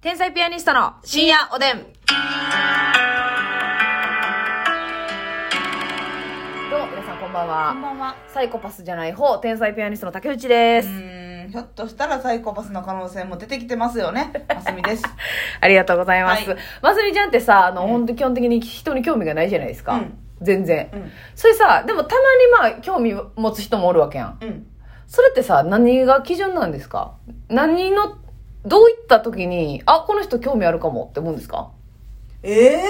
天才ピアニストの深夜おでん。どうも皆さんこんばんこんは。ばんは。サイコパスじゃない方、天才ピアニストの竹内でうす。ーん、ひょっとしたらサイコパスの可能性も出てきてますよ ね。ますみです。ありがとうございます。はいまつりちゃんってさ、あの、うんほんと基本的に人に興味がないじゃないですか。うん全然、うんそれさ、でもたまにまあ、興味持つ人もおるわけやん。うん。それってさ、何が基準なんですか何の、どういった時に、あ、この人興味あるかもって思うんですかええ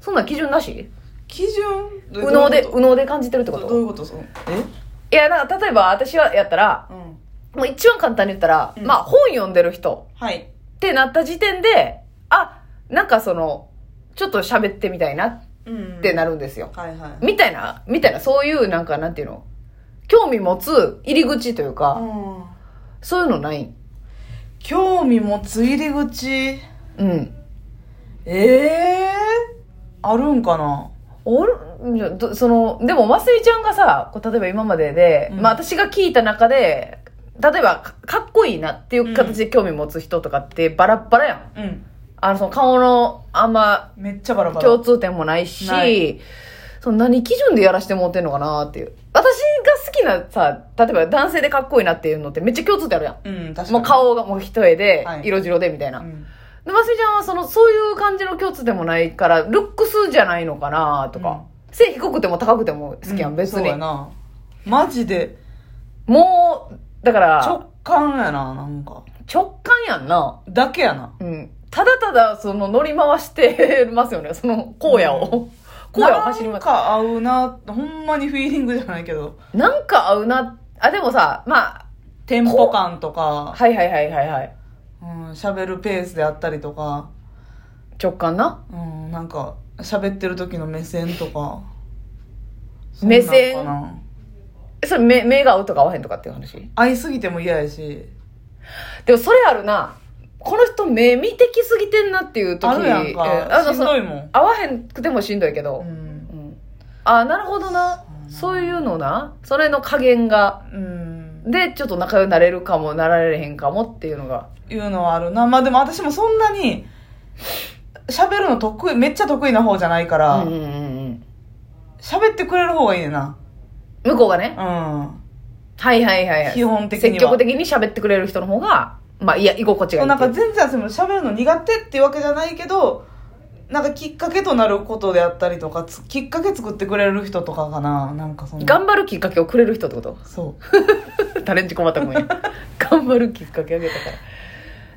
そんな基準なし基準どう右脳で、ど右脳で感じてるってこうとどういうことそういや、だから例えば私はやったら、えうん。もう一番簡単に言ったら、うんまあ本読んでる人はい。ってなった時点で、あ、なんかその、ちょっと喋ってみたいなっうんてなるんですよ。はいはい。みたいな、みたいな、そういうなんかなんていうの興味持つ入り口というか、うん。そういうのない興味持つ入り口。うん。ええあるんかなおるんじゃどそのでもますみちゃんがさこう例えば今までで、うんまあ、私が聞いた中で例えばかかっこいいなっていう形で興味持つ人とかってバラッバラやん、うん。あのその顔のあんまめっちゃバラバラ。共通点もないしないその何基準でやらしてもらってんのかなっていう私が好きなさ例えば男性でかっこいいなっていうのってめっちゃ共通点あるやんうん、確かに。もう。顔がもう一重で、はい色白でみたいな、うん。でますみちゃんはそのそういう感じの共通点もないからルックスじゃないのかなとか、背低くても高くても好きやん、う別そうにやな。マジでもうだから直感やな、なんか。直感やんな、だけやな。うん、ただただその乗り回してますよねその荒野を、 荒野を走りなまんすか合うな、ほんまにフィーリングじゃないけど、なんか合うなあでもさまテンポ感とかあ、はいはいはいはいはいうん、喋るペースであったりとか、直感なうん、なんか、喋ってる時の目線とか。目線そんなんかなそれ目目が合うとか合わへんとかっていう話会いすぎても嫌やし、でもそれあるなこの人目見てきすぎてんなっていう時あるやんえーあか、のしんそのどいもん。合わへんくてもしんどいけど、うん。うんあなるほどなそういうのなそれの加減がうん。でちょっと仲良くなれるかもなられへんかもっていうのがいうのはあるな。まあでも私もそんなに、喋るの得意、めっちゃ得意な方じゃないかうらんう、んうんうん喋、ってくれる方がいいねんな。向こうがね、うん。はいはいはいはい基本的には積極的に喋ってくれる人の方がまあいや居心地がいいなんっていかう全然その喋るの苦手っていうわけじゃないけどなんかきっかけとなることであったりとかつきっかけ作ってくれる人とかかななんかその頑張るきっかけをくれる人ってこと そタレンチ困ったもんや 頑張るきっかけあげたから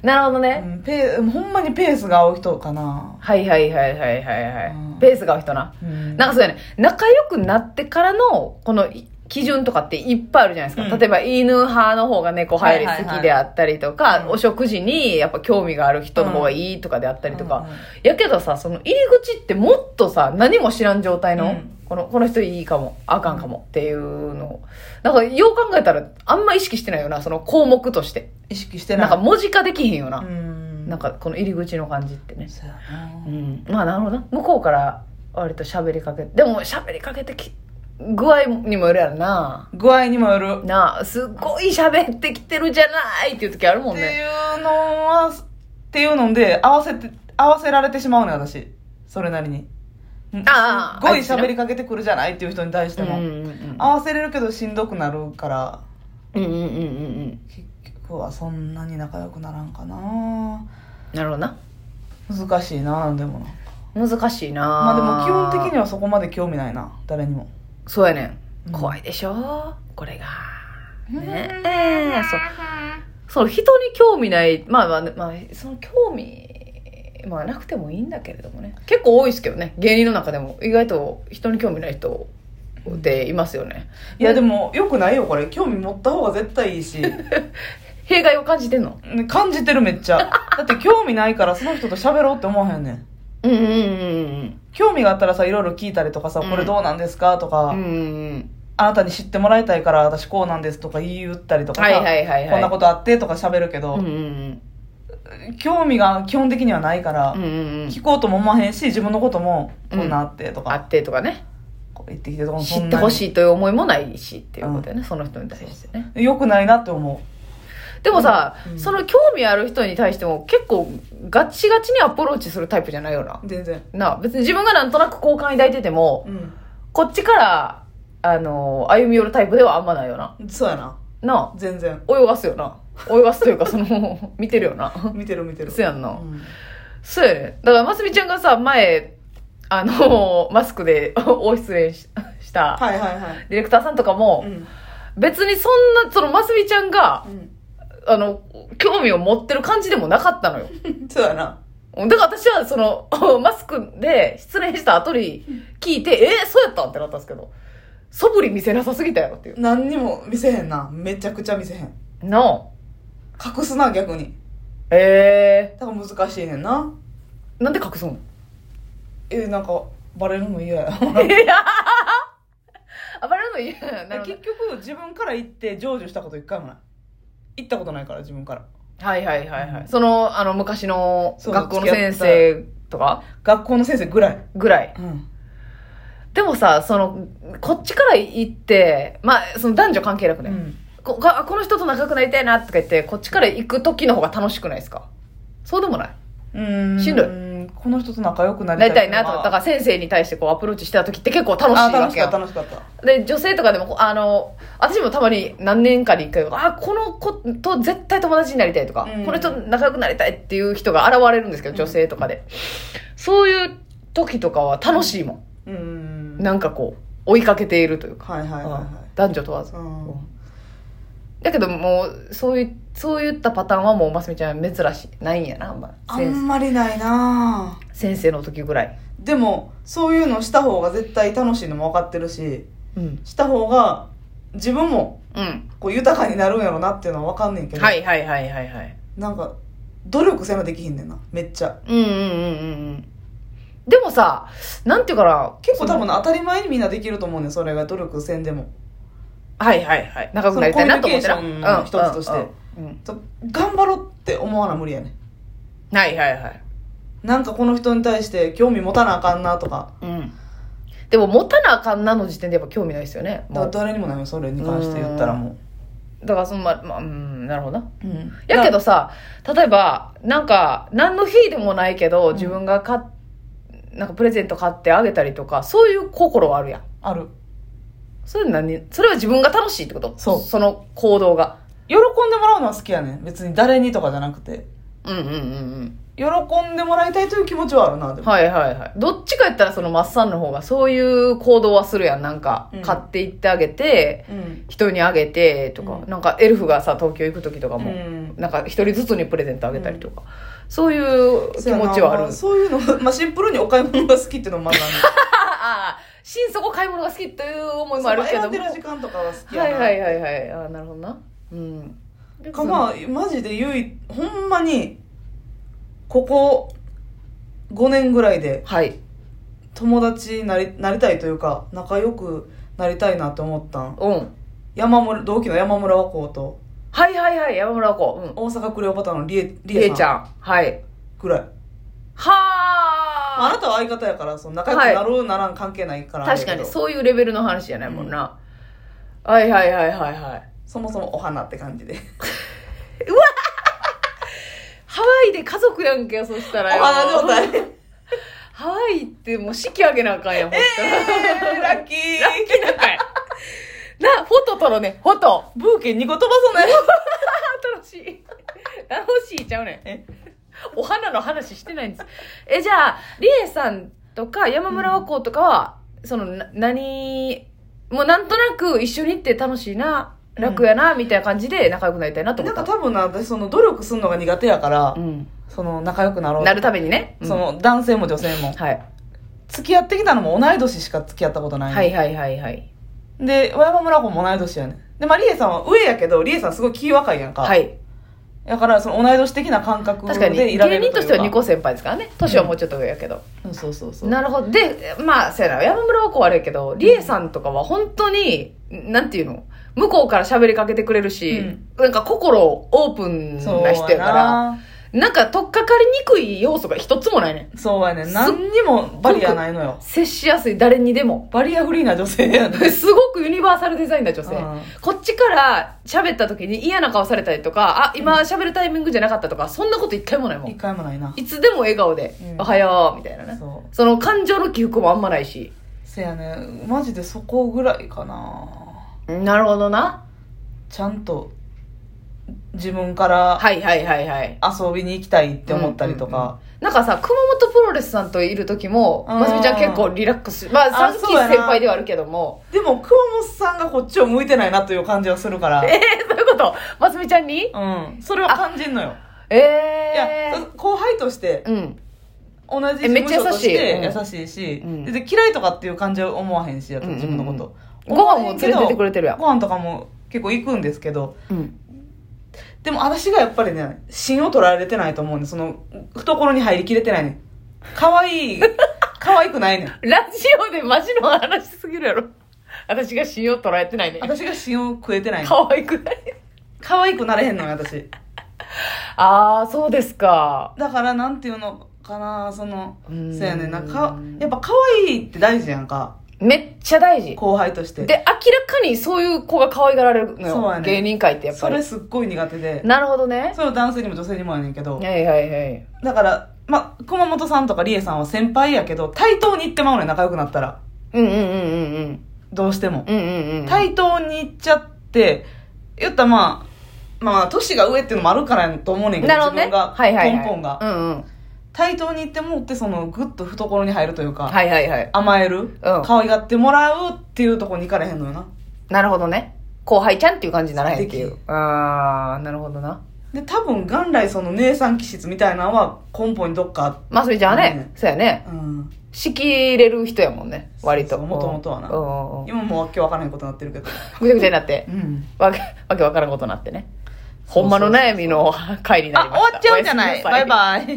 なるほどう、うね、ん、ペーほんまにペースが合う人かな、はいはいはいはいはいはい、うんペースが合う人なうんなんかそうやね、仲良くなってからの、このい、基準とかっていっぱいあるじゃないですか。うん例えば、犬派の方が猫入りはいはいはい好きであったりとか、うんお食事にやっぱ興味がある人の方がいいとかであったりとか。うんうんやけどさ、その入り口ってもっとさ、何も知らん状態の、うんこの、この人いいかも、あかんかもっていうのを。なんか、よう考えたら、あんま意識してないよな、その項目として。意識してななんかい文字化できへんよな。うんなんか、この入り口の感じってね。そうやう、なんまあなるほどな向こうから割と喋りかけでも喋りかけてき具合にもよるやろな具合にもよるなあすっごい喋ってきてるじゃないっていう時あるもっんてねいうのはっていうので合わせて合わせられてしまうね私それなりにああすっごい喋りかけてくるじゃないっていう人に対してうんも、うんうん合わせれるけどしんどくなるからうんうんうんうん結局はそんなに仲良くならんかななるほどな難しいなでもな難しいなまあでも基本的にははそこまで興味ないな誰にもそうやねうんん怖いでしょこれがねうんええそうそう人に興味ないまあまあ、ね、まあその興味まあなくてもいいんだけれどもね結構多いですけどね芸人の中でも意外と人に興味ない人っていますよねいやでもよくないよこれ興味持った方が絶対いいし弊害を感じてんのうん感じてるめっちゃだって興味ないからその人と喋ろうって思わへんねんうんうんうん興味があったらさいろいろ聞いたりとかさ、これどうなんですかとか、うんうんあなたに知ってもらいたいから私こうなんですとか言い打ったりとかさ、はいはいはいはいこんなことあってとか喋るけど、うんうん興味が基本的にはないから、うんうん聞こうとも思わへんし自分のこともこんなあってとあか、ってとかねこう言ってきてとかも知ってほいしいという思いもないしっていうことよね、その人に対してねよくないなって思でもさ、うんその興味ある人に対しても結構ガチガチにアプローチするタイプじゃないよな。全然なあ別に自分がなんとなく好感抱いてても、うこっちから、あの、歩み寄るタイプではあんまないよな。んそうやなな全然あ、泳がすよな。泳がすというか、その、 見てるよな。見てる見てるそうやんな。うんそうやね。だから、ますみちゃんがさ、前、あの、マスクで 大失恋しした、はいはいはいディレクターさんとかもう、ん別にそんな、その、ますみちゃんが、あの、興味を持ってる感じでもなかったのよ。うんそうやなだから私は、その、 マスクで失恋した後に聞いて、えーそうやったんってなったんですけど、そぶり見せなさすぎたやろっていう。何にも見せへんなめちゃくちゃ見せへんな隠すな逆にあ。えだから難しいねんなー、なんで隠すのえなんかバレるの 嫌やいや あ、バレるの嫌やなるほど結局自分から行って成就したこと一回もない行ったことないから自分からはいはいはいはい。その、あの、昔のそう学校の付き合先った生とか学校の先生ぐらいぐらい。うんでもさ、その、こっちから行って、まあ、その男女関係なくうね、んこあこの人と仲良くなりたいなとか言って、こっちから行く時の方が楽しくないですかそうでもない。うんしんどいこの人と仲良くなりなたいりたいなとか、だからら先生に対してこうアプローチしてた時って結構楽しいあわ楽しけかっよた。楽しかったで、女性とかでもこう、あの、私もたまに何年かに一回、あ、この子と絶対友達になりたいとか、うんこの人と仲良くなりたいっていう人が現れるんですけど、うん女性とかで。そういう時とかは楽しいもん。うんなんかこう、追いかけているというか、はいはいはいは男女問わずい、。うんだけどもう、そういう、そういったパターンはもう、ますみちゃんは珍しい。ないんやな、あんまあ先んまりないな先生の時ぐらい。でもそういうのした方が絶対楽しいのも分かってるしうん。した方が自分もうん。こう豊かになるんやろなっていうのは分かんねんけど、はいはいはいはいはい。なんか努力せなできひんねんなめっちゃうんうんうんうんうん。でもさ、なんていうかな、結構多分な当たり前にみんなできると思うねんそれが努力せんでもはいはいはい。仲良くなりたいなと思ってな。そのコミュニケーションの一つとしてうん。うんうんと頑張ろうって思わな無理やねうんはいはいはい。んなんかこの人に対して興味持たなあかんなとかうん。でも、持たなあかんなの時点でやっぱ興味ないですよね。だもかうら誰にもないよそれに関して言ったらもだから、そのま、まあ、うん、なるほどな。う、うんやけどさ、例えば、なんか、何の日でもないけど、ん自分が買っ、なんかプレゼント買ってあげたりとか、そういう心はあるやん。あるそれ何それは自分が楽しいってことそうその行動が。喜んでもらうのは好きやねん別に誰にとかじゃなくてうんうんうん喜んでもらいたいという気持ちはあるなでうん。も、はいはいはい。どっちか言ったらそのマッサンの方がそういう行動はするやん。なんかうん、買っていってあげて、うん人にあげてとか、うんなんかエルフがさ、東京行く時とかうも、んなんか一人ずつにプレゼントあげたりとか、そういう気持ちはある。そうやなまあそういうの、まあ、シンプルにお買い物が好きっていうのもまだあるねんああ、心底買い物が好きという思い もあるけども。そう選んでるは時間とかは好きいやな、はいはいはい。ああ、なるほどな。うん。かまあマジで唯一ほんまにここ5年ぐらいではい。友達になりなりたいというか仲良くなりたいなって思ったんうん。山村同期の山村和光とはいはいはい、山村子。うん。大阪クレオパトラのりえりりええちさんゃん。はい。ぐらいはああ。なたは相方やからその仲良くなろうならん関係ないから確かあれやに、けどそういうレベルの話じゃないもんな。はいはいはいはいはい。そもそもお花って感じで ハワイで家族やんけよ、そしたおらよ。花状態えハワイってもう式挙げなあかんやん、ほんとにーラッキ ーラッキーなんかい。な、フォト撮ろうね、フォト。ブーケ2個飛ばそうね 楽しい。楽しいちゃうねんえ。お花の話してないんです。え、じゃあ、りえさんとか山村和光とかは、その、な、何、もうなんとなく一緒に行って楽しいな、うん楽やな、みたいな感じで仲良くなりたいなと思なっんかた。多分な私その努力するのが苦手やから、うん。その仲良くなろうなるためにね。うんそ、の男性も女性もはい。付き合ってきたのも同い年しか付き合ったことない、はいはいはいはい。で小山村子も同い年やねんでまありえさんは上やけどりえさんすごい気若いやんか、はい。だからその同い年的な感覚確かに、で芸いられる人としてはいう2個先輩ですからね。年はもうちょっと上やけど。うんそうそうそうなるほど。で、まあ、そうやな。山村はこう悪いけど、りえさんとかは本当に、なんていうの向こうから喋りかけてくれるし、うんなんか心オープンそうな人やから、なななんか取っかかりにくい要素が一つもないねんそうやねん何にもバリアないのよ接しやすい誰にでもバリアフリーな女性やね すごくユニバーサルデザインだ女性、うんこっちから喋った時に嫌な顔されたりとかあ今喋るタイミングじゃなかったとかそんなこと一回もないも一ん回もないないつでも笑顔でう「んおはよう」みたいなねそうその感情の起伏もあんまないしせやねんマジでそこぐらいかななるほどなちゃんと自分からはいはいはいはい遊びに行きたいって思ったりとうんうんか、なんかさ熊本プロレスさんといる時もうんますみちゃん結構リラックスしまああ3期そうやな先輩ではあるけど もでも熊本さんがこっちを向いてないなという感じはするからえー、そういうことますみちゃんにうんそれは感じんのよえいえや後輩としてうん同じえ事めっ務ちゃ所優としいしてう優しいし、うんで嫌いとかっていう感じは思わへんしやっぱうんうんうん自分のこと、ご飯も連れてってくれてるやんご飯とかも結構行くんですけどうんでも私がやっぱりね芯を取られてないと思うねんその懐に入りきれてないねん 可愛い可愛くないねんラジオでマジの話すぎるやろ私が信用捉えてないね私が芯を食えてないねん可愛くない可愛くなれへんのよ私ああそうですかだからなんていうのかなそのうそんうやねんなんかやっぱ可愛いって大事やんかめっちゃ大事後輩としてで明らかにそういう子が可愛がられるのそうよ、やね芸人界ってやっそぱれりすっごい苦手でなるほどねそれは男性にも女性にもやねんけどはいはいはいだから、まあ、熊本さんとか理恵さんは先輩やけど、対等に行ってまうねん仲良くなったら。うんうんうんうんうんどうしても。うんうんうん対等に行っちゃって、言ったらまあ、まあ、年が上っていうのもあるからやと思うねんけど、なるほどね自分が、はいはいはい根本が。うんうん対等に行ってもって、その、ぐっと懐に入るというか、はいはいはい甘える、可愛がってもらうっていうところに行かれへんのよな。なるほどね後輩ちゃんっていう感じにならへんってい素うああなるほどなで、多分、元来その姉さん気質みたいなのは、根本にどっかまあそれじゃあね、そうやねあ、うん。仕切れる人やもんね割とそうそう元々はなうんうんうん今もうわけわからへんことになってるけど。ぐちゃぐちゃになってうん。わけわけわからんことになってねそうそうそうほんまの悩みの回になりました あ、終わっちゃうんじゃないおやすみさバイバイ。